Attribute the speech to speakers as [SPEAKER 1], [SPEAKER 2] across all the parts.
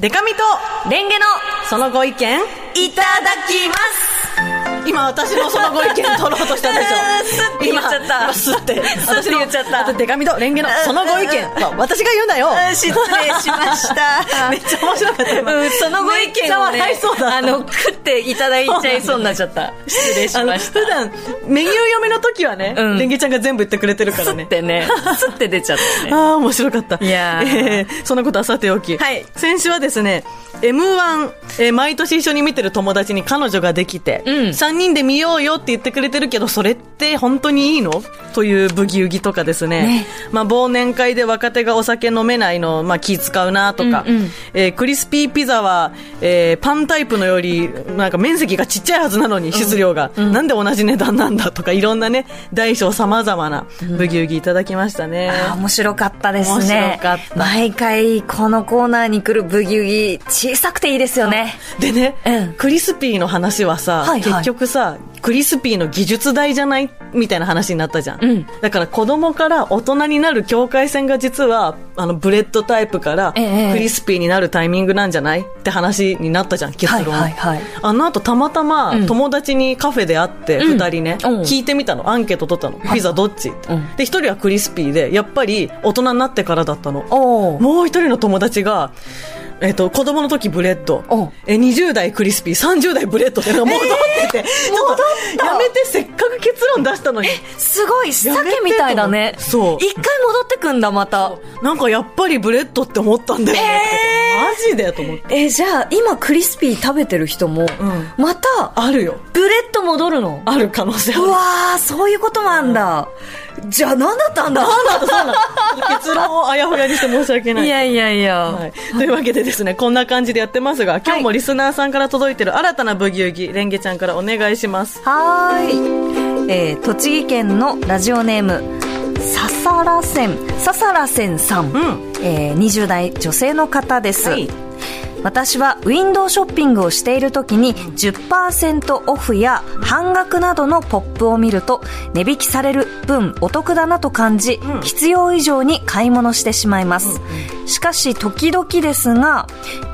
[SPEAKER 1] デカミと
[SPEAKER 2] レンゲの
[SPEAKER 1] そのご意見
[SPEAKER 2] いただきます
[SPEAKER 1] 今私のそのご意見取ろうとしたでし
[SPEAKER 2] うーんスッ
[SPEAKER 1] ょ
[SPEAKER 2] て言っちゃった
[SPEAKER 1] 今今スッて
[SPEAKER 2] スッて言っちゃった
[SPEAKER 1] 私のデカミとレンゲのそのご意見そう私が言う なよ
[SPEAKER 2] うん失礼しました
[SPEAKER 1] めっちゃ面白かった今
[SPEAKER 2] うんそのご意
[SPEAKER 1] めっち
[SPEAKER 2] 見
[SPEAKER 1] ゃ
[SPEAKER 2] を
[SPEAKER 1] 笑い
[SPEAKER 2] ね
[SPEAKER 1] そうだ
[SPEAKER 2] あの食っていただいちゃいそうになっちゃった失礼し
[SPEAKER 1] あの
[SPEAKER 2] まし
[SPEAKER 1] 普段メニュー読みの時はね、
[SPEAKER 2] うん
[SPEAKER 1] レンゲちゃんが全部言ってくれてるか
[SPEAKER 2] たす
[SPEAKER 1] ら
[SPEAKER 2] っ
[SPEAKER 1] ね
[SPEAKER 2] てねすって出ちゃったね
[SPEAKER 1] ああ、面白かった。
[SPEAKER 2] いやー
[SPEAKER 1] えーそんなことはさておき。
[SPEAKER 2] はい
[SPEAKER 1] 先週はですね、M1、えー毎年一緒に見てる友達に彼女ができて、
[SPEAKER 2] うん
[SPEAKER 1] 3人で見ようよって言ってくれてるけど、それって本当にいいのというブギウギとかですね。
[SPEAKER 2] ね
[SPEAKER 1] まあ、忘年会で若手がお酒飲めないの、まあ、気使うなとか、
[SPEAKER 2] うんうん
[SPEAKER 1] えークリスピーピザは、えーパンタイプのより、なんか面積がちっちゃいはずなのに、質量が、なんで同じ値段なんだとか、いろんなね、大小様々なブギウギいただきましたね。
[SPEAKER 2] あー面白かったです
[SPEAKER 1] 面
[SPEAKER 2] ね
[SPEAKER 1] 白かった
[SPEAKER 2] 毎回このコーナーに来るブギウギ小さくていいですよね
[SPEAKER 1] でね、
[SPEAKER 2] うん
[SPEAKER 1] クリスピーの話はさ、
[SPEAKER 2] はいはい
[SPEAKER 1] 結局さクリスピーの技術代じゃないみたいな話になったじゃん、
[SPEAKER 2] うん
[SPEAKER 1] だから子供から大人になる境界線が実はあのブレッドタイプからク
[SPEAKER 2] ええ
[SPEAKER 1] リスピーになるタイミングなんじゃないって話になったじゃん結論、
[SPEAKER 2] はいはいはい
[SPEAKER 1] あの後たまたま
[SPEAKER 2] うん
[SPEAKER 1] 友達にカフェで会って
[SPEAKER 2] うん
[SPEAKER 1] 2人ね、
[SPEAKER 2] うん
[SPEAKER 1] 聞いてみたのアンケート取ったのピザどっちって、
[SPEAKER 2] うん
[SPEAKER 1] で1人はクリスピーでやっぱり大人になってからだったの
[SPEAKER 2] おお
[SPEAKER 1] もう一人の友達が、えっと子供の時ブレッド
[SPEAKER 2] お
[SPEAKER 1] え20代クリスピー30代ブレッドってのが戻ってて、ちょっと
[SPEAKER 2] 戻った
[SPEAKER 1] やめてせっかく結論出したのに
[SPEAKER 2] すごい
[SPEAKER 1] やめて
[SPEAKER 2] 鮭みたいだね
[SPEAKER 1] そう
[SPEAKER 2] 一回戻ってくんだまた
[SPEAKER 1] なんかやっぱりブレッドって思ったんだよね、マジでと思って
[SPEAKER 2] えじゃあ今クリスピー食べてる人も、
[SPEAKER 1] ん
[SPEAKER 2] また
[SPEAKER 1] あるよ
[SPEAKER 2] ブレッド戻るの
[SPEAKER 1] ある可能性あ
[SPEAKER 2] う
[SPEAKER 1] る
[SPEAKER 2] わーそういうことなんだ、じゃあ何だったんだ
[SPEAKER 1] 結論をあやふやにして申し訳ない
[SPEAKER 2] いやいやいや、
[SPEAKER 1] はい、というわけでですねこんな感じでやってますが今日もリスナーさんから届いてる新たなブギウギレンゲちゃんからお願いします
[SPEAKER 2] はーい、えー、栃木県のラジオネームささらせんささらせんさん、
[SPEAKER 1] ん
[SPEAKER 2] えー、20代女性の方です、
[SPEAKER 1] はい
[SPEAKER 2] 私はウィンドウショッピングをしている時に10%オフや半額などのポップを見ると値引きされる分お得だなと感じ、
[SPEAKER 1] うん
[SPEAKER 2] 必要以上に買い物してしまいます、しかし時々ですが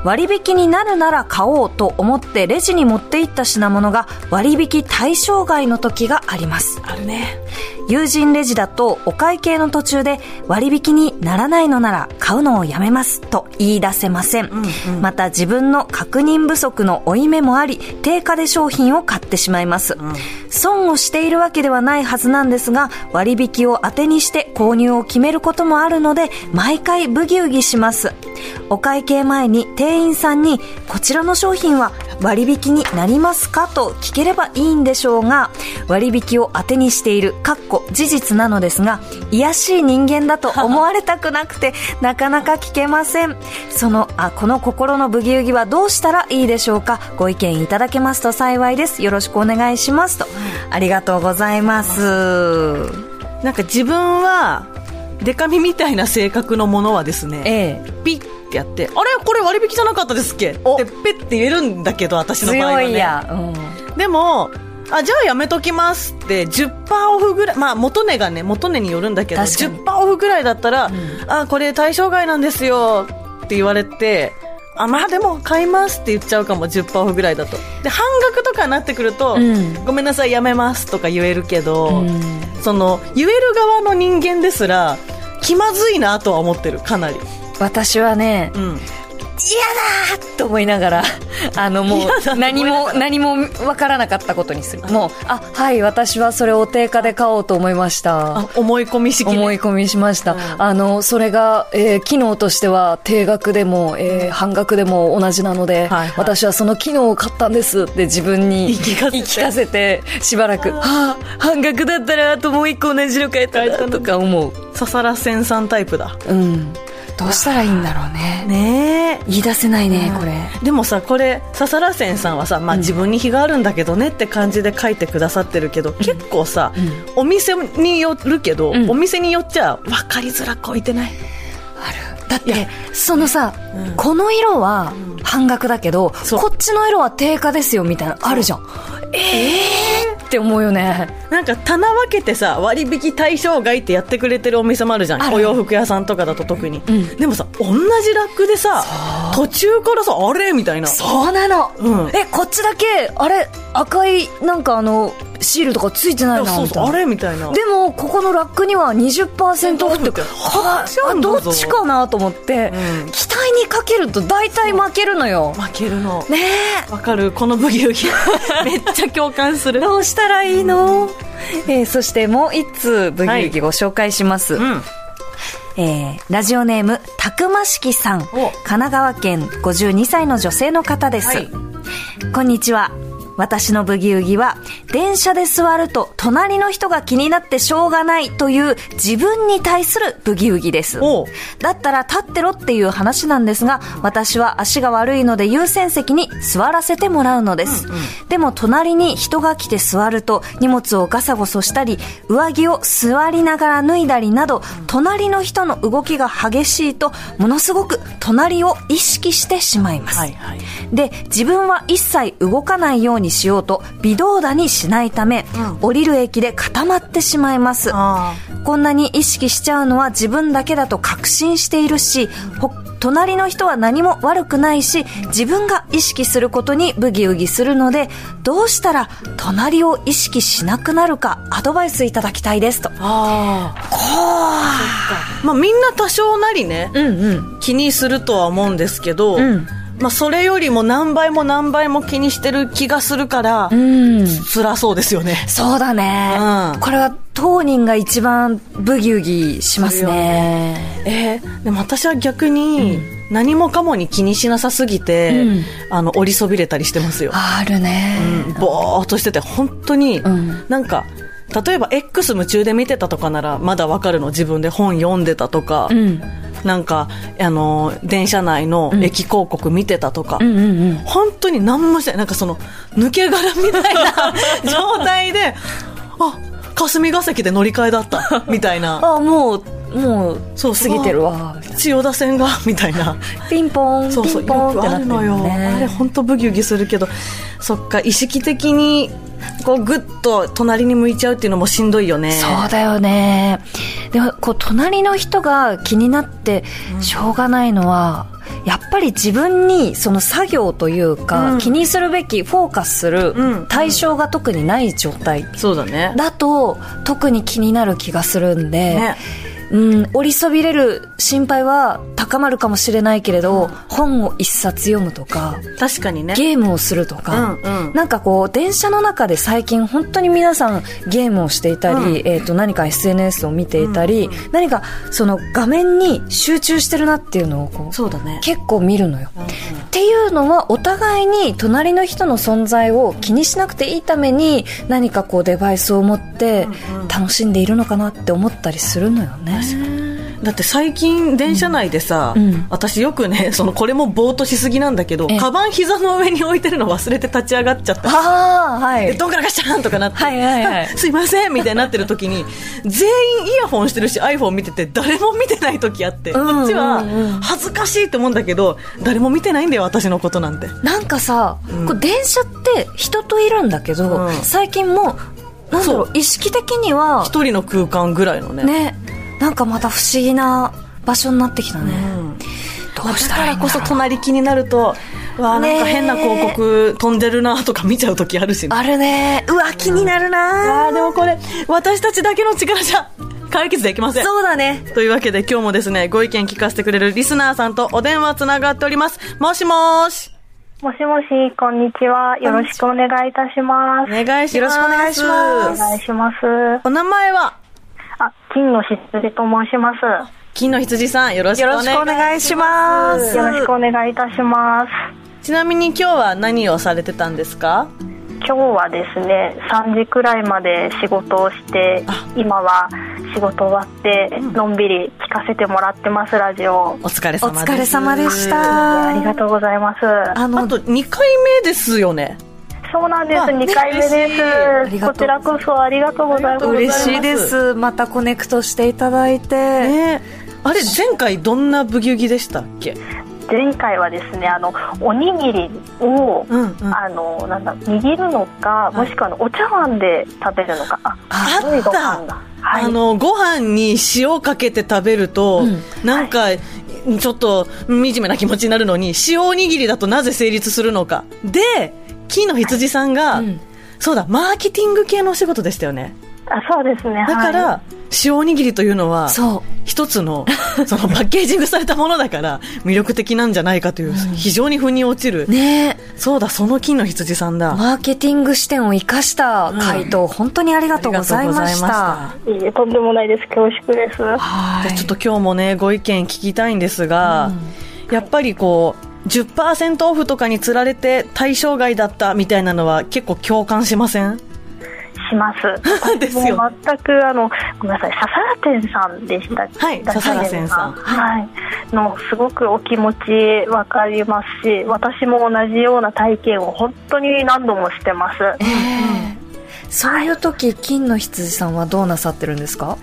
[SPEAKER 2] 割引になるなら買おうと思ってレジに持って行った品物が割引対象外の時があります
[SPEAKER 1] あるね
[SPEAKER 2] 友人レジだとお会計の途中で割引にならないのなら買うのをやめますと言い出せません、また自分の確認不足の負い目もあり定価で商品を買ってしまいます、損をしているわけではないはずなんですが割引を当てにして購入を決めることもあるので毎回ブギウギしますお会計前に店員さんにこちらの商品は割引になりますかと聞ければいいんでしょうが割引を当てにしているかっこ事実なのですが癒やしい人間だと思われたくなくて なかなか聞けませんそのあこの心のブギウギはどうしたらいいでしょうかご意見いただけますと幸いですよろしくお願いしますとありがとうございます
[SPEAKER 1] なんか自分はデカミみたいな性格のものはですね
[SPEAKER 2] ええ
[SPEAKER 1] ピッってやって、あれこれ割引じゃなかったですっけって
[SPEAKER 2] お
[SPEAKER 1] ペッて言えるんだけど、私の場合は、
[SPEAKER 2] 強
[SPEAKER 1] ね。
[SPEAKER 2] いや、うん、
[SPEAKER 1] でも、あ、じゃあやめときますって、10%オフぐらい、まあ元値がね、元値によるんだけど、
[SPEAKER 2] 確かに
[SPEAKER 1] 10%オフぐらいだったら、あ、これ対象外なんですよって言われて、あ、まあでも買いますって言っちゃうかも、10%オフぐらいだと。で、半額とかになってくると、
[SPEAKER 2] うん
[SPEAKER 1] ごめんなさい、やめますとか言えるけど、
[SPEAKER 2] うん
[SPEAKER 1] その、言える側の人間ですら、気まずいなとは思ってる、かなり。
[SPEAKER 2] 私はね
[SPEAKER 1] うん。
[SPEAKER 2] と思いな がらあのも
[SPEAKER 1] 嫌だと
[SPEAKER 2] う
[SPEAKER 1] 思いな
[SPEAKER 2] 何も何も分からなかったことにするもうあはい私はそれを定価で買おうと思いました
[SPEAKER 1] あ思い込み式ね
[SPEAKER 2] 思い込みしました、
[SPEAKER 1] うん
[SPEAKER 2] あのそれが、えー機能としては定額でも、えー半額でも同じなの
[SPEAKER 1] はい
[SPEAKER 2] で、
[SPEAKER 1] はい
[SPEAKER 2] 私はその機能を買ったんですって自分
[SPEAKER 1] 言
[SPEAKER 2] に
[SPEAKER 1] い聞かせて
[SPEAKER 2] 言い聞かせてしばらくはあ半額だったらあともう一個同じの買えたらとか思う
[SPEAKER 1] ささらせんさんタイプだ
[SPEAKER 2] うんどうしたらいいんだろうね
[SPEAKER 1] ね
[SPEAKER 2] 言い出せないねこれ、
[SPEAKER 1] でもさこれささらせんさんはさ、まあ、自分に非があるんだけどねって感じで書いてくださってるけど、結構さ、お店によるけど、
[SPEAKER 2] うん
[SPEAKER 1] お店によっちゃ分かりづらく置いてない、
[SPEAKER 2] だっ
[SPEAKER 1] いや
[SPEAKER 2] てそのさ、
[SPEAKER 1] うん
[SPEAKER 2] この色は半額だけど、
[SPEAKER 1] そう
[SPEAKER 2] こっちの色は定価ですよみたいなのあるじゃんええー、って思うよね。
[SPEAKER 1] なんか棚分けてさ割引対象外ってやってくれてるお店もあるじゃ
[SPEAKER 2] あ
[SPEAKER 1] ん
[SPEAKER 2] る
[SPEAKER 1] お洋服屋さんとかだと特に、
[SPEAKER 2] ん
[SPEAKER 1] でもさ同じラックでさ途中からさあれみたいな
[SPEAKER 2] そうなの、
[SPEAKER 1] うん
[SPEAKER 2] え、こっちだけ、あれ、赤い、なんかあの、シールとかついてない
[SPEAKER 1] いや
[SPEAKER 2] な、
[SPEAKER 1] そう
[SPEAKER 2] みた
[SPEAKER 1] そ
[SPEAKER 2] いうな。
[SPEAKER 1] あれみたいな
[SPEAKER 2] でも、ここのラックには20%オフって、
[SPEAKER 1] オフって
[SPEAKER 2] は
[SPEAKER 1] 貼っちゃうんだ
[SPEAKER 2] ど
[SPEAKER 1] ぞ
[SPEAKER 2] っちかなと思って、
[SPEAKER 1] うん
[SPEAKER 2] 期待にかけると大体負けるのよ。
[SPEAKER 1] 負けるの
[SPEAKER 2] ね
[SPEAKER 1] わかるこのブギウギ めっちゃ共感す
[SPEAKER 2] え。
[SPEAKER 1] る
[SPEAKER 2] どうしたらいいの、えーそしてもう一通、ブギウギご紹介します。
[SPEAKER 1] うん
[SPEAKER 2] えーラジオネーム、たくましきさん。神奈川県52歳の女性の方です。
[SPEAKER 1] はい
[SPEAKER 2] こんにちは。私のブギウギは、電車で座ると隣の人が気になってしょうがないという自分に対するブギウギです。
[SPEAKER 1] おう
[SPEAKER 2] だったら立ってろっていう話なんですが、私は足が悪いので優先席に座らせてもらうのです。でも隣に人が来て座ると荷物をガサゴソしたり、上着を座りながら脱いだりなど、隣の人の動きが激しいと、ものすごく隣を意識してしまいます。
[SPEAKER 1] はいはい
[SPEAKER 2] で、自分は一切動かないようにしようと、微動だにしないため、降りる駅で固まってしまいます。
[SPEAKER 1] あ
[SPEAKER 2] こんなに意識しちゃうのは自分だけだと確信しているし、ほ隣の人は何も悪くないし、自分が意識することにブギウギするので、どうしたら隣を意識しなくなるかアドバイスいただきたいですと。
[SPEAKER 1] ああまあみんな多少なりね、
[SPEAKER 2] うんうん。
[SPEAKER 1] 気にするとは思うんですけど、
[SPEAKER 2] ん
[SPEAKER 1] まあ、それよりも何倍も何倍も気にしてる気がするから、
[SPEAKER 2] うん。
[SPEAKER 1] 辛そうですよね
[SPEAKER 2] そうだね。
[SPEAKER 1] うん
[SPEAKER 2] これは当人が一番ブギウギします
[SPEAKER 1] するよ
[SPEAKER 2] ね。
[SPEAKER 1] えーでも私は逆に何もかもに気にしなさすぎて、
[SPEAKER 2] うん
[SPEAKER 1] あの折りそびれたりしてますよ、
[SPEAKER 2] あるね。
[SPEAKER 1] うんぼーっとしてて本当に、
[SPEAKER 2] うん
[SPEAKER 1] なんか例えば X 夢中で見てたとかならまだわかるの自分で本読んでたとか、
[SPEAKER 2] うん。
[SPEAKER 1] なんかあのー電車内の駅広告見てたとか、
[SPEAKER 2] うんうんうん。
[SPEAKER 1] 本当に何もしてないなんかその抜け殻みたいな 状態であ霞が関で乗り換えだったみたいな
[SPEAKER 2] あ、もう、もう、
[SPEAKER 1] そう
[SPEAKER 2] 過ぎてるわ。
[SPEAKER 1] 千代田線が みたいな
[SPEAKER 2] ピンポン、
[SPEAKER 1] そう
[SPEAKER 2] ピ
[SPEAKER 1] そう
[SPEAKER 2] ン
[SPEAKER 1] よ
[SPEAKER 2] ポンって
[SPEAKER 1] く
[SPEAKER 2] な
[SPEAKER 1] あ
[SPEAKER 2] って
[SPEAKER 1] る
[SPEAKER 2] る
[SPEAKER 1] のよ、あれ
[SPEAKER 2] ね。
[SPEAKER 1] 本当ブギウギするけどそっか意識的にこうグッと隣に向いちゃうっていうのもしんどいよね
[SPEAKER 2] そうだよね。でも、こう、隣の人が気になって、しょうがないのは、やっぱり自分にその作業というか、
[SPEAKER 1] うん
[SPEAKER 2] 気にするべきフォーカスする
[SPEAKER 1] うん
[SPEAKER 2] 対象が特にない状態
[SPEAKER 1] そうだね
[SPEAKER 2] だと特に気になる気がするんで、
[SPEAKER 1] ね
[SPEAKER 2] うん、折りそびれる心配は高まるかもしれないけれど、本を一冊読むとか
[SPEAKER 1] 確かにね
[SPEAKER 2] ゲームをするとか、
[SPEAKER 1] うんうん
[SPEAKER 2] なんかこう、電車の中で最近本当に皆さんゲームをしていたり、
[SPEAKER 1] うん
[SPEAKER 2] えっ、と、何か SNS を見ていたり、何かその画面に集中してるなっていうのをこう、
[SPEAKER 1] そうだね
[SPEAKER 2] 結構見るのよ。
[SPEAKER 1] うんうん
[SPEAKER 2] っていうのはお互いに隣の人の存在を気にしなくていいために何かこうデバイスを持って
[SPEAKER 1] うんうん
[SPEAKER 2] 楽しんでいるのかなって思ったりするのよね。
[SPEAKER 1] だって最近電車内でさ、
[SPEAKER 2] うんうん
[SPEAKER 1] 私よくねそ のこれもぼーっとしすぎなんだけど
[SPEAKER 2] ええ
[SPEAKER 1] カバン膝の上に置いてるの忘れて立ち上がっちゃった
[SPEAKER 2] ああ、はい。
[SPEAKER 1] でどんからかしゃーんとかなって、
[SPEAKER 2] はいはいはい
[SPEAKER 1] すいませんみたいになってる時に全員イヤホンしてるし iPhone 見てて誰も見てない時あって、
[SPEAKER 2] うんうんうん
[SPEAKER 1] こっちは恥ずかしいって思うんだけど誰も見てないんだよ私のことなんて
[SPEAKER 2] なんかさ、
[SPEAKER 1] うん
[SPEAKER 2] こう電車って人といるんだけど、
[SPEAKER 1] うん
[SPEAKER 2] 最近もうなんだろう
[SPEAKER 1] そ
[SPEAKER 2] 意識的には
[SPEAKER 1] 一人の空間ぐらいのね
[SPEAKER 2] ねなんかまた不思議な場所になってきたね、
[SPEAKER 1] うん
[SPEAKER 2] どうし
[SPEAKER 1] だ
[SPEAKER 2] た
[SPEAKER 1] から
[SPEAKER 2] い
[SPEAKER 1] ら
[SPEAKER 2] いんだ
[SPEAKER 1] こそ
[SPEAKER 2] ろう
[SPEAKER 1] 隣気になるとわあなんか
[SPEAKER 2] ねえ
[SPEAKER 1] 変な広告飛んでるなとか見ちゃう時あるしね
[SPEAKER 2] あるねうわ気になるな、
[SPEAKER 1] あーでもこれ私たちだけの力じゃ解決できません
[SPEAKER 2] そうだね
[SPEAKER 1] というわけで今日もですねご意見聞かせてくれるリスナーさんとお電話つながっておりますもしもーし
[SPEAKER 3] もしもし、こんにちは。よろしくお願いいたしま
[SPEAKER 1] お
[SPEAKER 3] す。
[SPEAKER 1] 願いします
[SPEAKER 2] よろしくお願いし
[SPEAKER 3] お
[SPEAKER 2] ま
[SPEAKER 3] 願いします。あ
[SPEAKER 1] お名前は、
[SPEAKER 3] 金のしつじと申します。
[SPEAKER 1] 金の羊さんよろしく
[SPEAKER 2] よ
[SPEAKER 1] お願い
[SPEAKER 2] ろしくお願いします
[SPEAKER 3] よろしくお願いいたします。
[SPEAKER 1] ちなみに今日は何をされてたんですか
[SPEAKER 3] 今日はですね、3時くらいまで仕事をして
[SPEAKER 1] あ、
[SPEAKER 3] 今は仕事終わって、のんびり聞かせてもらってます、ラジオ。
[SPEAKER 1] お疲れ
[SPEAKER 2] お
[SPEAKER 1] 様です
[SPEAKER 2] 疲れ様でし
[SPEAKER 3] あり
[SPEAKER 2] た
[SPEAKER 3] がとうございます。
[SPEAKER 1] あのあと2回目ですよね
[SPEAKER 3] そうなんです、
[SPEAKER 1] あ
[SPEAKER 3] 2回目
[SPEAKER 1] 嬉
[SPEAKER 2] しい
[SPEAKER 3] です。こちらこそありがとうございます。
[SPEAKER 2] 嬉しいですまたコネクトしていただいて、
[SPEAKER 1] ねえあれ前回どんなブギウギでしたっけ
[SPEAKER 3] 前回はですねあのおにぎりを、
[SPEAKER 1] うんうん
[SPEAKER 3] あのなんだ握るのか、もしくはあのお茶碗で食べるのかあ
[SPEAKER 1] あ
[SPEAKER 3] どういうご飯
[SPEAKER 1] あ
[SPEAKER 3] だはい
[SPEAKER 1] あのご飯に塩かけて食べると、なんか、ちょっと惨めな気持ちになるのに塩おにぎりだとなぜ成立するのかで金の羊さんが、
[SPEAKER 2] うん
[SPEAKER 1] そうだマーケティング系のお仕事でしたよね
[SPEAKER 3] あそうですね
[SPEAKER 1] だから、
[SPEAKER 3] はい
[SPEAKER 1] 塩おにぎりというのは
[SPEAKER 2] そう
[SPEAKER 1] 一つのそのパッケージングされたものだから魅力的なんじゃないかという、非常に腑に落ちる、
[SPEAKER 2] ねえ
[SPEAKER 1] そうだその金の羊さんだ、
[SPEAKER 2] マーケティング視点を生かした回答、本当にありがとうございました
[SPEAKER 1] あ
[SPEAKER 3] いいえとんでもないです恐縮です
[SPEAKER 2] はい
[SPEAKER 1] じゃあちょっと今日もねご意見聞きたいんですが、やっぱりこう10%オフとかにつられて対象外だったみたいなのは結構共感しません
[SPEAKER 3] します
[SPEAKER 1] ですよ
[SPEAKER 3] もう全くあのごめんなさい笹原店さんでしたっけ
[SPEAKER 1] はい
[SPEAKER 3] だ
[SPEAKER 1] 笹原店さん
[SPEAKER 3] はいのすごくお気持ちわかりますし私も同じような体験を本当に何度もしてます
[SPEAKER 2] ええそういう時金の羊さんはどうなさってるんですか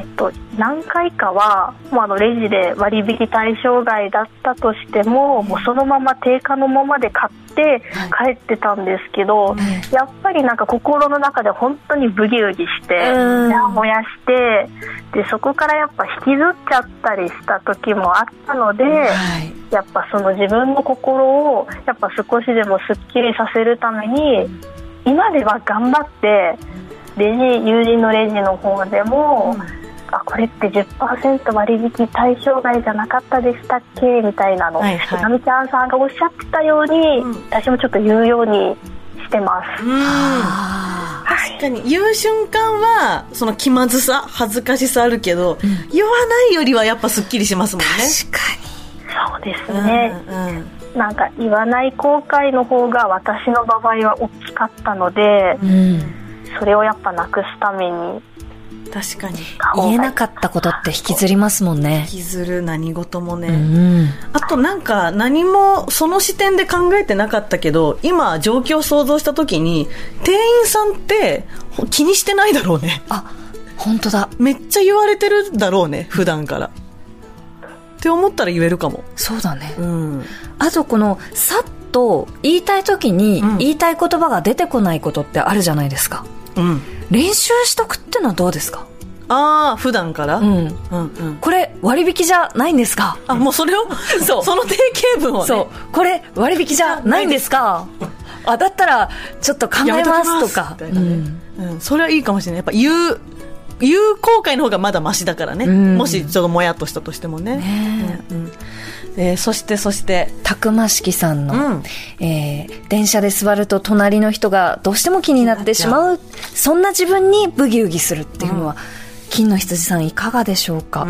[SPEAKER 3] えっと、何回かはもうあのレジで割引対象外だったとしてももうそのまま定価のままで買って帰ってたんですけど、やっぱりなんか心の中で本当にブギウギして
[SPEAKER 2] うん
[SPEAKER 3] モヤモヤしてでそこからやっぱ引きずっちゃったりした時もあったので。
[SPEAKER 2] はい
[SPEAKER 3] やっぱその自分の心をやっぱ少しでもすっきりさせるために今では頑張ってレジ友人のレジの方でも、あこれって10%割引対象外じゃなかったでしたっけみたいなのを
[SPEAKER 1] はい
[SPEAKER 3] ひ
[SPEAKER 1] はい
[SPEAKER 3] なみちゃんさんがおっしゃってたように、私もちょっと言うようにしてます。
[SPEAKER 1] うん
[SPEAKER 2] あ
[SPEAKER 1] 確かに言う瞬間はその気まずさ恥ずかしさあるけど、言わないよりはやっぱすっきりしますもんね
[SPEAKER 2] ー確か
[SPEAKER 3] そうですね、
[SPEAKER 1] うんうんうん
[SPEAKER 3] なんか言わない後悔の方が私の場合は大きかったので、
[SPEAKER 2] に、うん、
[SPEAKER 3] それをやっぱなくすために
[SPEAKER 1] 確かに
[SPEAKER 2] 言えなかったことって引きずりますもんね
[SPEAKER 1] 引きずる何事もね、
[SPEAKER 2] うん
[SPEAKER 1] あとなんか何もその視点で考えてなかったけど今状況を想像した時に店員さんってほ気にしてないだろうね
[SPEAKER 2] あ本当だ
[SPEAKER 1] めっちゃ言われてるだろうね普段からって思ったら言えるかも
[SPEAKER 2] そうだね
[SPEAKER 1] うん
[SPEAKER 2] あとこのさっと言いたい時に
[SPEAKER 1] うん
[SPEAKER 2] 言いたい言葉が出てこないことってあるじゃないですか
[SPEAKER 1] うん
[SPEAKER 2] 練習しとくってのはどうですか
[SPEAKER 1] ああ普段から、
[SPEAKER 2] う
[SPEAKER 1] うん
[SPEAKER 2] ん
[SPEAKER 1] うん
[SPEAKER 2] これ割引じゃないんですか
[SPEAKER 1] あもうそれを
[SPEAKER 2] そう
[SPEAKER 1] その定型文をね
[SPEAKER 2] そうこれ割引じゃないんですか あだったらちょっと考
[SPEAKER 1] やめ
[SPEAKER 2] えますとか
[SPEAKER 1] ときますみたいなねうん、それはいいかもしれないやっぱ言う言う後悔の方がまだマシだからね、
[SPEAKER 2] うん
[SPEAKER 1] もしちょっともやっとしたとしてもね
[SPEAKER 2] ね
[SPEAKER 1] うんうんえーそしてそして
[SPEAKER 2] たくましきさんの、
[SPEAKER 1] うん
[SPEAKER 2] えー電車で座ると隣の人がどうしても気になってしまうそんな自分にブギウギするっていうのは、金の羊さんいかがでしょうか、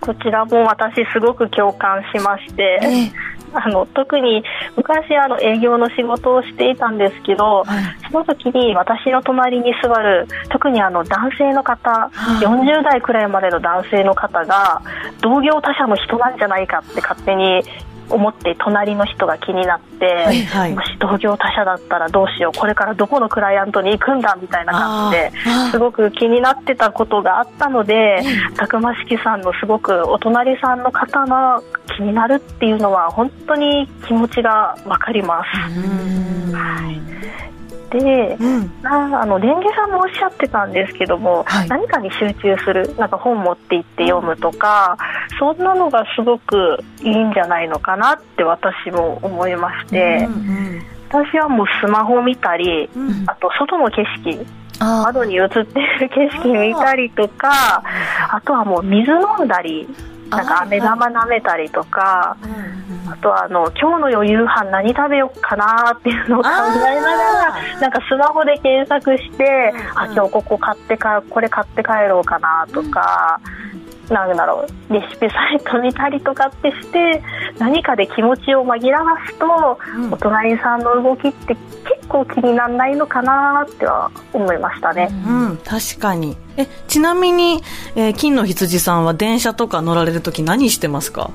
[SPEAKER 3] こちらも私すごく共感しまして、
[SPEAKER 2] ええ
[SPEAKER 3] あの特に昔あの営業の仕事をしていたんですけど、その時に私の隣に座る特にあの男性の方、40代くらいまでの男性の方が同業他社の人なんじゃないかって勝手に思って隣の人が気になって、
[SPEAKER 1] いはい
[SPEAKER 3] もし同業他社だったらどうしようこれからどこのクライアントに行くんだみたいな感じで
[SPEAKER 2] あ
[SPEAKER 3] すごく気になってたことがあったのでたくましきさんのすごくお隣さんの方が気になるっていうのは本当に気持ちが分かります。で
[SPEAKER 1] うん
[SPEAKER 3] なあのレンゲさんもおっしゃってたんですけども、
[SPEAKER 2] はい
[SPEAKER 3] 何かに集中するなんか本持って行って読むとか、そんなのがすごくいいんじゃないのかなって私も思いまして、私はもうスマホ見たり、
[SPEAKER 1] ん
[SPEAKER 3] あと外の景色
[SPEAKER 2] あ
[SPEAKER 3] 窓に映ってる景色見たりとかあとはもう水飲んだりなんか飴玉舐めたりとかあとはあの今日の夕飯何食べようかなっていうのを考えながらなんかスマホで検索してあ今日ここ買ってかこれ買って帰ろうかなとか。なんだろうレシピサイト見たりとかってして何かで気持ちを紛らわすと、お隣さんの動きって結構気にならないのかなっては思いましたね。
[SPEAKER 1] うん、確かにえちなみに、えー金の羊さんは電車とか乗られるとき何してますか、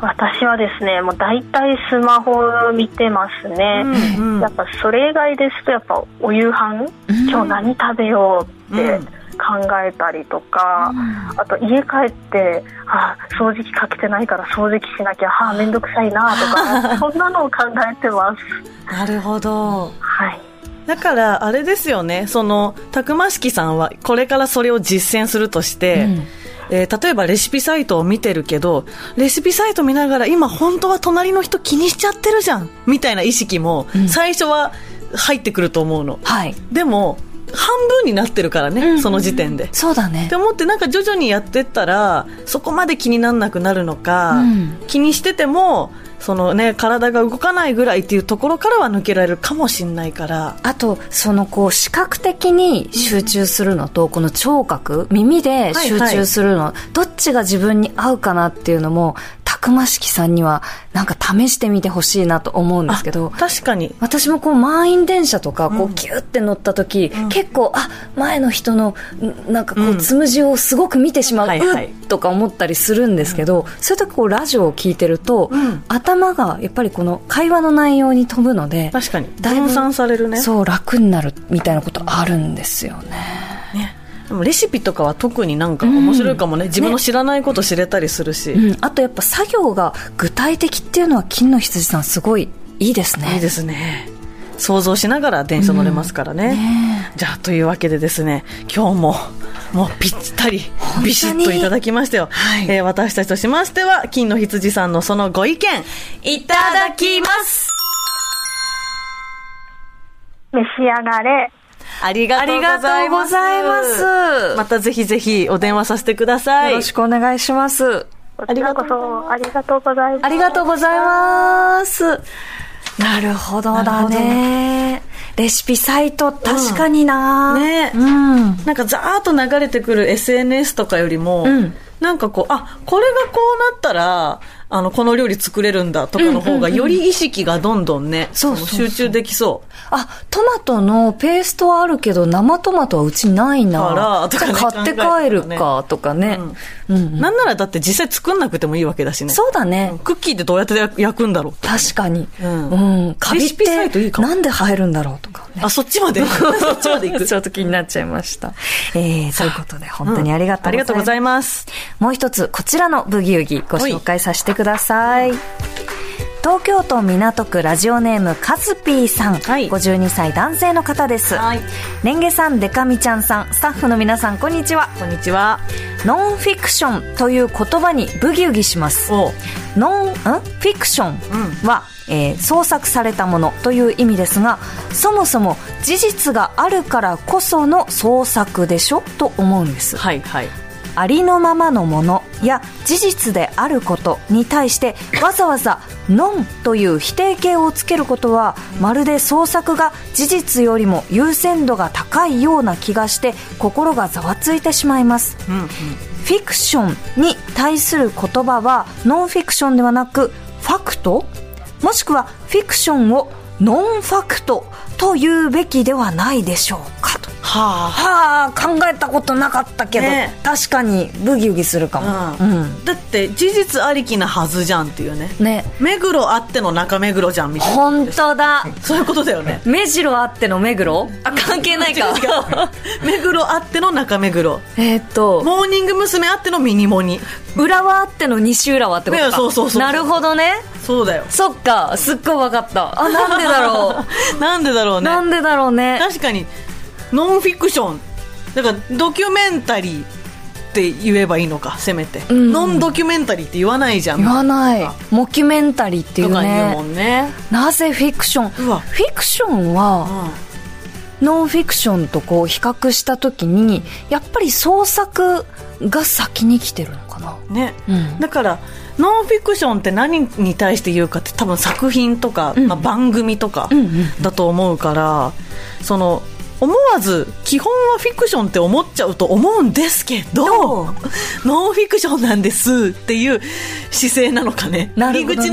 [SPEAKER 3] 私はですねもう大体スマホを見てますね、
[SPEAKER 1] うんうん
[SPEAKER 3] やっぱそれ以外ですとやっぱお夕飯、今日何食べようって、考えたりとか、あと家帰ってあ掃除機かけてないから掃除機しなきゃあ面倒くさいなとかそんなのを考えてます。
[SPEAKER 1] なるほど。
[SPEAKER 3] はい
[SPEAKER 1] だから、あれですよね、その、たくましきさんは、これからそれを実践するとして、えー例えばレシピサイトを見てるけど、レシピサイト見ながら、今本当は隣の人気にしちゃってるじゃん、みたいな意識も、最初は入ってくると思うの。
[SPEAKER 2] はい。
[SPEAKER 1] でも、半分になってるからね、その時点で。
[SPEAKER 2] そうだね
[SPEAKER 1] って。思ってなんか徐々にやってったらそこまで気にならなくなるのか、
[SPEAKER 2] うん
[SPEAKER 1] 気にしててもその、ね、体が動かないぐらいっていうところからは抜けられるかもしれないから
[SPEAKER 2] あと、そのこう、視覚的に集中するのと、この聴覚、耳で集中するの、どっちが自分に合うかなっていうのも、たくましきさんには、なんか試してみてほしいなと思うんですけど
[SPEAKER 1] あ、確かに
[SPEAKER 2] 私もこう満員電車とかこうキューって乗った時、結構あ前の人のんなんかこうつむじをすごく見てしまう、
[SPEAKER 1] はいはいう
[SPEAKER 2] っとか思ったりするんですけど、そういう時こうラジオを聞いてると、頭がやっぱりこの会話の内容に飛ぶので
[SPEAKER 1] 確かに
[SPEAKER 2] だいぶ
[SPEAKER 1] 分散されるね
[SPEAKER 2] そう楽になるみたいなことあるんですよね
[SPEAKER 1] でもレシピとかは特になんか面白いかもね、自分の知らないこと知れたりするし、
[SPEAKER 2] うん、あとやっぱ作業が具体的っていうのは金の羊さんすごいいいですね
[SPEAKER 1] いいですね想像しながら電車乗れますからね,、じゃあというわけでですね今日ももうぴったり
[SPEAKER 2] 当に
[SPEAKER 1] ビシッといただきましたよ、
[SPEAKER 2] はい
[SPEAKER 1] えー私たちとしましては金の羊さんのそのご意見
[SPEAKER 2] いただきます
[SPEAKER 3] 召し上がれ
[SPEAKER 1] ありが
[SPEAKER 2] あ
[SPEAKER 1] とう
[SPEAKER 2] り
[SPEAKER 1] ござ
[SPEAKER 2] が
[SPEAKER 1] い
[SPEAKER 2] と
[SPEAKER 1] ます
[SPEAKER 2] うございます
[SPEAKER 1] またぜひぜひお電話させてください
[SPEAKER 2] よろしくお願いします。
[SPEAKER 3] こちらこそありがとうございます
[SPEAKER 2] ありがとうございます。なるほどだね。レシピサイト、確かにな、
[SPEAKER 1] ね
[SPEAKER 2] うん。
[SPEAKER 1] なんかザーッと流れてくる SNS とかよりも、
[SPEAKER 2] ん
[SPEAKER 1] なんかこう、あ、これがこうなったら、あの、この料理作れるんだとかの方が、より意識がどんどんね、
[SPEAKER 2] そうそうそう
[SPEAKER 1] あの集中できそう。
[SPEAKER 2] あ、トマトのペーストはあるけど、生トマトはうちないな。
[SPEAKER 1] あら
[SPEAKER 2] じゃ
[SPEAKER 1] と
[SPEAKER 2] あ
[SPEAKER 1] か
[SPEAKER 2] 買っ
[SPEAKER 1] ね
[SPEAKER 2] て帰るか、とかね。うん。うん
[SPEAKER 1] なんならだって実際作んなくてもいいわけだしね。
[SPEAKER 2] そうだね。
[SPEAKER 1] クッキーってどうやって焼くんだろうと
[SPEAKER 2] 確かに。う
[SPEAKER 1] うん
[SPEAKER 2] ん。カビ
[SPEAKER 1] レ
[SPEAKER 2] っ
[SPEAKER 1] シピサイトい
[SPEAKER 2] て
[SPEAKER 1] いかも
[SPEAKER 2] なんで入るんだろうとか ね。
[SPEAKER 1] あ、そっちまで そ っちまで行く。
[SPEAKER 2] ちょっと気になっちゃいました。えー、ということで、本当にありがと
[SPEAKER 1] あ
[SPEAKER 2] うございます。
[SPEAKER 1] りがとうございます。
[SPEAKER 2] もう一つ、こちらのブギウギご紹介させてください。東京都港区ラジオネームカズピーさん、
[SPEAKER 1] はい
[SPEAKER 2] 52歳男性の方です、
[SPEAKER 1] はい
[SPEAKER 2] レンゲさんデカミちゃんさんスタッフの皆さんこんにちは
[SPEAKER 1] こんにちは。
[SPEAKER 2] ノンフィクションという言葉にブギウギします
[SPEAKER 1] おう
[SPEAKER 2] ノンんフィクションは、えー創作されたものという意味ですがそもそも事実があるからこその創作でしょと思うんです
[SPEAKER 1] はいはい。
[SPEAKER 2] ありのままのものや事実であることに対してわざわざ「ノン」という否定形をつけることはまるで創作が事実よりも優先度が高いような気がして心がざわついてしまいます
[SPEAKER 1] うんうん。
[SPEAKER 2] フィクションに対する言葉はノンフィクションではなくファクトもしくはフィクションをノンファクトと言うべきではないでしょうかと
[SPEAKER 1] は
[SPEAKER 2] はあ考えたことなかったけど、
[SPEAKER 1] ね
[SPEAKER 2] 確かにブギウギするか
[SPEAKER 1] あ。
[SPEAKER 2] も、うん
[SPEAKER 1] だって、事実ありきなはずじゃんっていうね。
[SPEAKER 2] ね
[SPEAKER 1] 目黒あっての中目黒じゃんみたいな。
[SPEAKER 2] 本当だ
[SPEAKER 1] そういうことだよね。
[SPEAKER 2] 目白あっての目黒あ関係ないか
[SPEAKER 1] 目黒あっての中目黒
[SPEAKER 2] えーっと
[SPEAKER 1] モーニング娘。あってのミニモニ
[SPEAKER 2] 浦和あっての西浦和ってことか、
[SPEAKER 1] ねそうそうそうそう
[SPEAKER 2] なるほどね
[SPEAKER 1] そうだよ
[SPEAKER 2] そっかすっごい分かったあなんでだろ
[SPEAKER 1] なんでだろう
[SPEAKER 2] う
[SPEAKER 1] ね
[SPEAKER 2] なんでだろう ね
[SPEAKER 1] 確かにノンフィクションだからドキュメンタリーって言えばいいのかせめて、
[SPEAKER 2] ん
[SPEAKER 1] ノンドキュメンタリーって言わないじゃん
[SPEAKER 2] 言わないモキュメンタリーってい
[SPEAKER 1] と
[SPEAKER 2] う
[SPEAKER 1] か言う
[SPEAKER 2] ね
[SPEAKER 1] もんね
[SPEAKER 2] なぜフィクション
[SPEAKER 1] うわ
[SPEAKER 2] フィクションは、ノンフィクションとこう比較した時にやっぱり創作が先に来てるのかな
[SPEAKER 1] うんね、
[SPEAKER 2] うん
[SPEAKER 1] だからノンフィクションって何に対して言うかって多分作品とか、まあ、番組とか
[SPEAKER 2] んうん
[SPEAKER 1] だと思うから、その思わず基本はフィクションって思っちゃうと思うんですけど
[SPEAKER 2] どう
[SPEAKER 1] ノンフィクションなんですっていう姿勢なのかね
[SPEAKER 2] なるほどね
[SPEAKER 1] 入り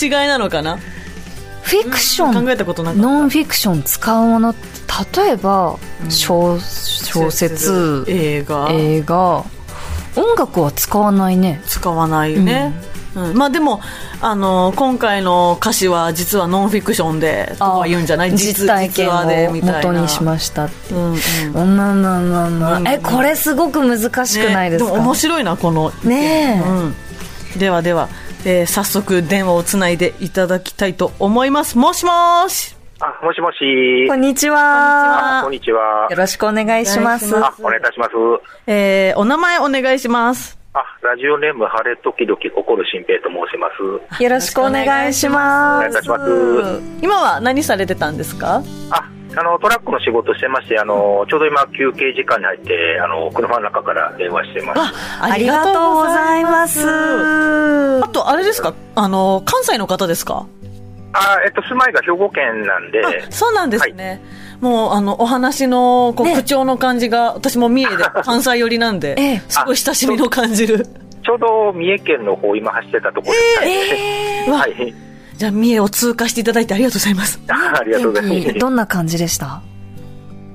[SPEAKER 1] 口の違いなのかな
[SPEAKER 2] フィクション
[SPEAKER 1] 考えたことなかった
[SPEAKER 2] ノンフィクション使うものって例えば小小説
[SPEAKER 1] 映画、
[SPEAKER 2] 映画音楽は使わないね
[SPEAKER 1] 使わないね、うんまあ、でもあの今回の歌詞は実はノンフィクションでとは言うんじゃない
[SPEAKER 2] 実体験
[SPEAKER 1] 実はでみ
[SPEAKER 2] を
[SPEAKER 1] たい
[SPEAKER 2] 元
[SPEAKER 1] な
[SPEAKER 2] にしましたって
[SPEAKER 1] うんうん
[SPEAKER 2] うんまあまあまあまあ、
[SPEAKER 1] うん
[SPEAKER 2] えこれすごく難しくないですか、
[SPEAKER 1] ねも面白いなこの意見
[SPEAKER 2] ねえ
[SPEAKER 1] うん、ではでは、えー早速電話をつないでいただきたいと思いますもしもーし
[SPEAKER 4] あ、もしもし。
[SPEAKER 2] こんにちは
[SPEAKER 4] あこんにちは
[SPEAKER 2] よ。ろしくお願いします
[SPEAKER 1] お願いしま
[SPEAKER 4] あ、お願いいたします。
[SPEAKER 1] えーお名前お願いします
[SPEAKER 4] あ、ラジオネーム、晴れ時々心心平と申します。
[SPEAKER 2] よろしくお願いしま
[SPEAKER 4] お
[SPEAKER 2] す
[SPEAKER 4] 願いいたします。
[SPEAKER 1] 今は何されてたんですか
[SPEAKER 4] あ、あの、トラックの仕事してまして、あの、ちょうど今、休憩時間に入って、あの、車の中から電話してます。
[SPEAKER 2] ありがとうございます
[SPEAKER 1] あとあれですかあの関西の方ですか
[SPEAKER 4] あ、えっと、住まいが兵庫県なんで、
[SPEAKER 1] あそうなんですね、もうあのお話のこう、
[SPEAKER 2] ね
[SPEAKER 1] 口調の感じが私も三重で関西寄りなんで、
[SPEAKER 2] ええ
[SPEAKER 1] すごい親しみの感じる
[SPEAKER 4] ちょうど三重県の方、今走ってたところですね。
[SPEAKER 2] え
[SPEAKER 1] わ
[SPEAKER 4] はい。
[SPEAKER 1] じゃあ三重を通過していただいてありがとうございます
[SPEAKER 4] あありがとうございます
[SPEAKER 2] ー、。どんな感じでした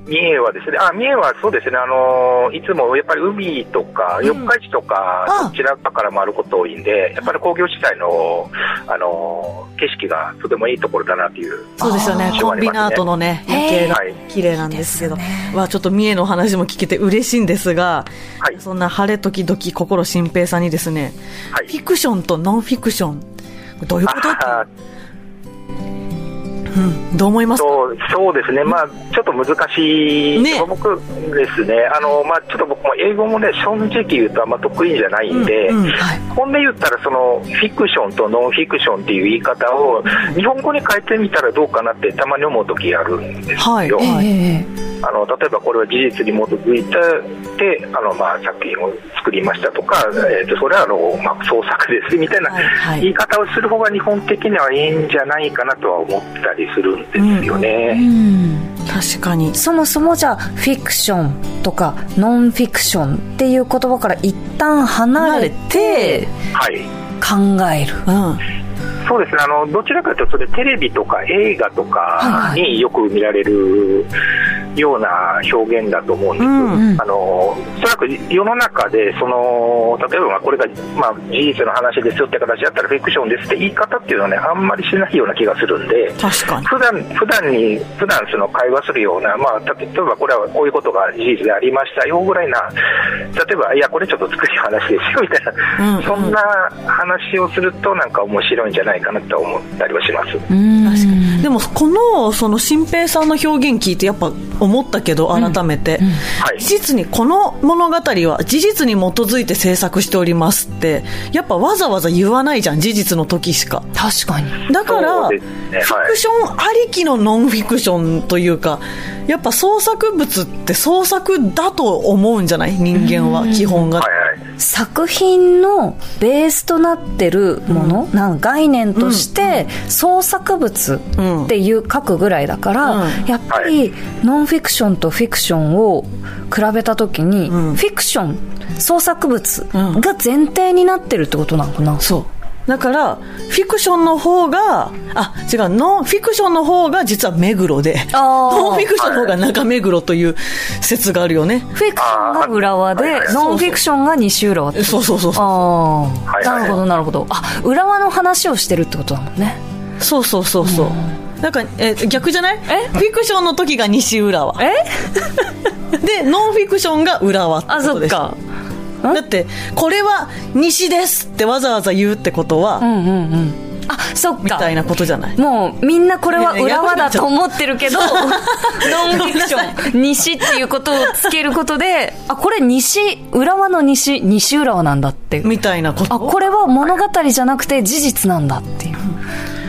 [SPEAKER 4] 三重はですね、あ、三重はそうですね、あのーいつもやっぱり海とか、四日市と
[SPEAKER 1] あ
[SPEAKER 4] か、どちらかから回ること多いんで、やっぱり工業地帯の、あのー景色がとてもいいところだなっていう。
[SPEAKER 1] そうですよね
[SPEAKER 4] あー
[SPEAKER 1] コンビナートのね
[SPEAKER 2] ええ
[SPEAKER 1] 夜景が
[SPEAKER 4] はい
[SPEAKER 1] 綺麗なんですけど、
[SPEAKER 2] いいですね
[SPEAKER 1] わあちょっと三重のお話も聞けて嬉しいんですが、
[SPEAKER 4] はい
[SPEAKER 1] そんな晴れ時々心心平さんにですね、
[SPEAKER 4] はい
[SPEAKER 1] フィクションとノンフィクションこれどういうことって
[SPEAKER 4] あ
[SPEAKER 1] うんどう思いますか
[SPEAKER 4] そうそうですね、まあ、ちょっと難しい、
[SPEAKER 1] ね
[SPEAKER 4] 僕ですね、あのまあ、ちょっと僕も英語もね、正直言うとあんま得意じゃないんで、
[SPEAKER 1] うんうんはい
[SPEAKER 4] 本音言ったらその、フィクションとノンフィクションっていう言い方を、日本語に変えてみたらどうかなって、たまに思う時あるんですよ。
[SPEAKER 1] はい
[SPEAKER 2] え
[SPEAKER 1] はい
[SPEAKER 2] え
[SPEAKER 4] あの例えばこれは事実に基づいててあの、まあ、作品を作りましたとか、えー、とそれはあの、まあ、創作ですみたいな
[SPEAKER 1] はいはい
[SPEAKER 4] 言い方をする方が日本的にはいいんじゃないかなとは思ったりするんですよ
[SPEAKER 2] ええ
[SPEAKER 4] ね。
[SPEAKER 2] うん
[SPEAKER 1] 確かに
[SPEAKER 2] そもそもじゃあフィクションとかノンフィクションっていう言葉から一旦離れて
[SPEAKER 4] はい
[SPEAKER 2] 考える
[SPEAKER 1] うん
[SPEAKER 4] そうですねあのどちらかというとそれテレビとか映画とか
[SPEAKER 2] はい
[SPEAKER 4] によく見られるような表現だと思うんです、
[SPEAKER 1] うん
[SPEAKER 4] あのおそらく世の中でその例えばまあこれが、まあ、事実の話ですよって形だったらフィクションですって言い方っていうのはねあんまりしないような気がするんで
[SPEAKER 1] 確かに
[SPEAKER 4] 普段普段に普段その会話するような、まあ、例えばこれはこういうことが事実でありましたよぐらいな例えばいやこれちょっと作り話ですよみたいな、
[SPEAKER 1] うん
[SPEAKER 4] そんな話をするとなんか面白いんじゃないかなと思ったりはします。
[SPEAKER 2] うん
[SPEAKER 1] 確かにでもこのその新平さんの表現聞いてやっぱ思ったけど改めて、
[SPEAKER 4] はい
[SPEAKER 1] 事実にこの物語は事実に基づいて制作しておりますってやっぱわざわざ言わないじゃん事実の時しか
[SPEAKER 2] 確かに
[SPEAKER 1] だから、
[SPEAKER 4] そうで
[SPEAKER 1] フ
[SPEAKER 4] すねはい
[SPEAKER 1] ィクションありきのノンフィクションというかやっぱ創作物って創作だと思うんじゃない人間は基本が、
[SPEAKER 4] はいはい
[SPEAKER 2] 作品のベースとなってるもの、なんか概念として創作物っていう書くぐらいだから、
[SPEAKER 1] うん
[SPEAKER 2] やっぱりノンフィクションとフィクションを比べた時に、
[SPEAKER 1] うん
[SPEAKER 2] フィクション創作物
[SPEAKER 1] うん
[SPEAKER 2] が前提になってるってことなのかな、
[SPEAKER 1] そうだからフィクションの方があ違うノンフィクションの方が実は目黒で
[SPEAKER 2] あー
[SPEAKER 1] ノンフィクションの方が中目黒という説があるよね
[SPEAKER 2] フィクションが裏輪で、
[SPEAKER 4] あーはいはい
[SPEAKER 2] ノンフィクションが西浦和って
[SPEAKER 1] そうそうそうそう
[SPEAKER 2] ああ、
[SPEAKER 4] はいはいはい
[SPEAKER 2] なるほどなるほどあ裏輪の話をしてるってことだもんね
[SPEAKER 1] そうそうそうそうなんかえ逆じゃない
[SPEAKER 2] え
[SPEAKER 1] フィクションの時が西浦和
[SPEAKER 2] え
[SPEAKER 1] でノンフィクションが浦和ってこ
[SPEAKER 2] あ
[SPEAKER 1] と
[SPEAKER 2] そっ
[SPEAKER 1] です
[SPEAKER 2] か
[SPEAKER 1] だってこれは西ですってわざわざ言うってことは、
[SPEAKER 2] うんうんうんあそっか
[SPEAKER 1] みたいなことじゃない
[SPEAKER 2] もうみんなこれは裏輪だと思ってるけど、ノンフィクション、西っていうことをつけることで、あ、これ西、浦和の西、西浦和なんだっていう。
[SPEAKER 1] みたいなこと
[SPEAKER 2] あ、これは物語じゃなくて事実なんだっていう。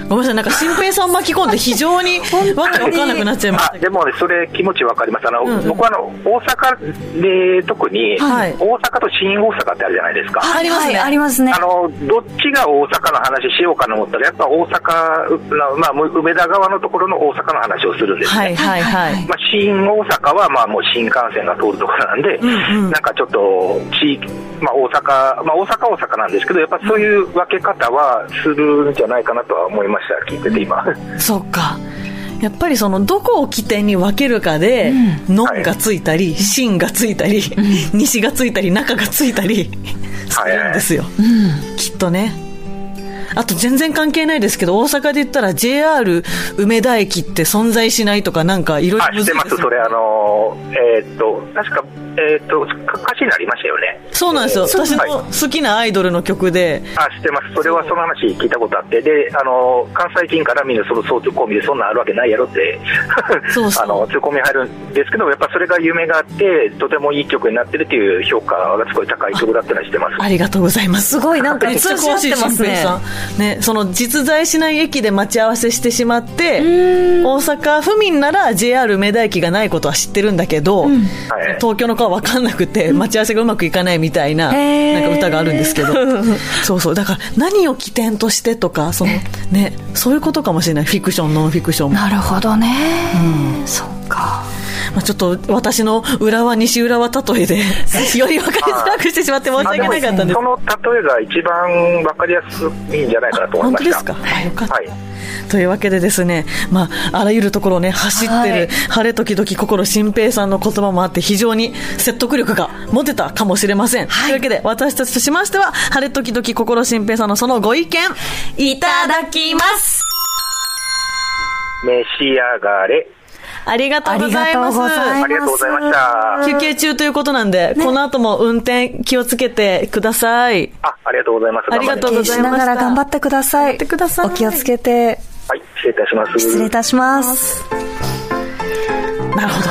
[SPEAKER 1] ごめんなさいなんか新平さん巻き込んで非常 にわけわかんなくなっちゃいました
[SPEAKER 4] あでもねそれ気持ちわかりますあの、
[SPEAKER 1] うんうん
[SPEAKER 4] 僕はあの大阪で特に、
[SPEAKER 1] はい
[SPEAKER 4] 大阪と新大阪ってあるじゃないですか
[SPEAKER 1] ありますね
[SPEAKER 2] はいありますね
[SPEAKER 4] あ。のどっちが大阪の話しようかと思ったらやっぱ大阪なまあ、もう梅田側のところの大阪の話をするんですね、
[SPEAKER 1] はいはいはい
[SPEAKER 4] まあ、新大阪はまあもう新幹線が通るところなんで、
[SPEAKER 1] んうん
[SPEAKER 4] なんかちょっと地域、まあ、大阪、まあ、大阪は大阪なんですけどやっぱそういう分け方はするんじゃないかなとは思いました聞いてて 今
[SPEAKER 1] そうかやっぱりそのどこを起点に分けるかで「の、ん」がついたり「しん」がついたり「西」がついたり「中」がついたりするんですよ、きっとねあと全然関係ないですけど、大阪で言ったら JR 梅田駅って存在しないとか、なんかいろいろ
[SPEAKER 4] あ、知ってます、それ、あのー、えーっと、確か、えーっと、か歌詞になりましたよね。
[SPEAKER 1] そうなんですよ。
[SPEAKER 4] えー
[SPEAKER 1] 私
[SPEAKER 4] はい
[SPEAKER 1] の好きなアイドルの曲で、
[SPEAKER 4] あ知ってます、それはその話聞いたことあって、であの関西圏からみんなそのそうツッコミで、そんなんあるわけないやろって
[SPEAKER 1] そうそう
[SPEAKER 4] あのツッコミ入るんですけど、やっぱそれが夢があって、とてもいい曲になってるっていう評価がすごい高い曲だったりしてます。
[SPEAKER 1] ありがとうございます。
[SPEAKER 2] すごいなんか
[SPEAKER 1] めっちゃ詳しい
[SPEAKER 2] 通信合ってます
[SPEAKER 1] 新
[SPEAKER 2] ね
[SPEAKER 1] 平さんねその実在しない駅で待ち合わせしてしまって大阪府民なら JR 梅田駅がないことは知ってるんだけど、
[SPEAKER 4] はい
[SPEAKER 1] 東京の子は分かんなくて待ち合わせがうまくいかないみたいな
[SPEAKER 2] へー
[SPEAKER 1] なんか歌があるんですけどそうそうだから何を起点としてとかその、ね、そういうことかもしれないフィクションノンフィクションも、ま
[SPEAKER 2] なるほどね、そっか
[SPEAKER 1] あ、ちょっと私の浦和西浦和例えでより分かりづらくしてしまって申し訳なかったんです
[SPEAKER 4] その例えが一番わかりやすいんじゃないかなと思
[SPEAKER 1] 本
[SPEAKER 4] いま
[SPEAKER 1] 当で
[SPEAKER 4] した。
[SPEAKER 1] すか、あよかった
[SPEAKER 4] はい
[SPEAKER 1] というわけでですね、まあ、あらゆるところをね、走ってる、
[SPEAKER 2] はい
[SPEAKER 1] 晴れ時々心心平さんの言葉もあって、非常に説得力が持てたかもしれません。というわけで、私たちとしましては、晴れ時々心心平さんのそのご意見、
[SPEAKER 2] いただきます
[SPEAKER 4] 召し上がれ。
[SPEAKER 1] ありがと
[SPEAKER 2] あ
[SPEAKER 1] うご
[SPEAKER 2] りが
[SPEAKER 1] ざい
[SPEAKER 2] と
[SPEAKER 1] ま
[SPEAKER 2] うございます
[SPEAKER 1] す。
[SPEAKER 4] ありがとうございました。
[SPEAKER 1] 休憩中ということなんで、この後も運転気をつけてください。
[SPEAKER 4] あ、ありがとうございます。
[SPEAKER 1] ありがとうございました
[SPEAKER 2] しながら頑張ってください
[SPEAKER 1] ってください
[SPEAKER 2] お気をつけて
[SPEAKER 4] はい、失礼いたします。
[SPEAKER 2] 失礼いたします
[SPEAKER 1] なるほど。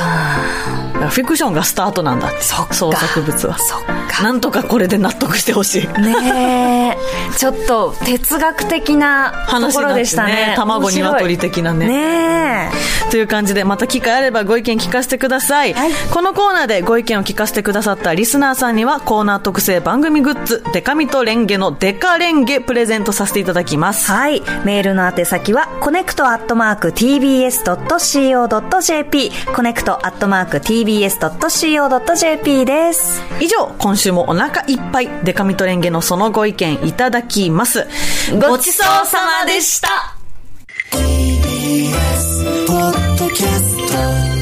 [SPEAKER 1] フィクションがスタートなんだって。創作物は。
[SPEAKER 2] そっか
[SPEAKER 1] なんとかこれで納得してほしい。
[SPEAKER 2] ねえちょっと哲学的なと
[SPEAKER 1] 話
[SPEAKER 2] こ
[SPEAKER 1] にな
[SPEAKER 2] ろ
[SPEAKER 1] っ
[SPEAKER 2] で
[SPEAKER 1] て
[SPEAKER 2] したね
[SPEAKER 1] ね卵鶏的なね
[SPEAKER 2] 面白いね
[SPEAKER 1] という感じでまた機会あればご意見聞かせてください、
[SPEAKER 2] はい
[SPEAKER 1] このコーナーでご意見を聞かせてくださったリスナーさんにはコーナー特製番組グッズデカミとレンゲのデカレンゲプレゼントさせていただきます
[SPEAKER 2] はい。メールの宛先は、コネクトアットマーク tbs.co.jp、コネクトアットマーク tbs.co.jp です。
[SPEAKER 1] 以上今週もお腹いっぱいデカミとレンゲのそのご意見いただきます
[SPEAKER 2] ごちそうさまでした。
[SPEAKER 5] ポッドキャスト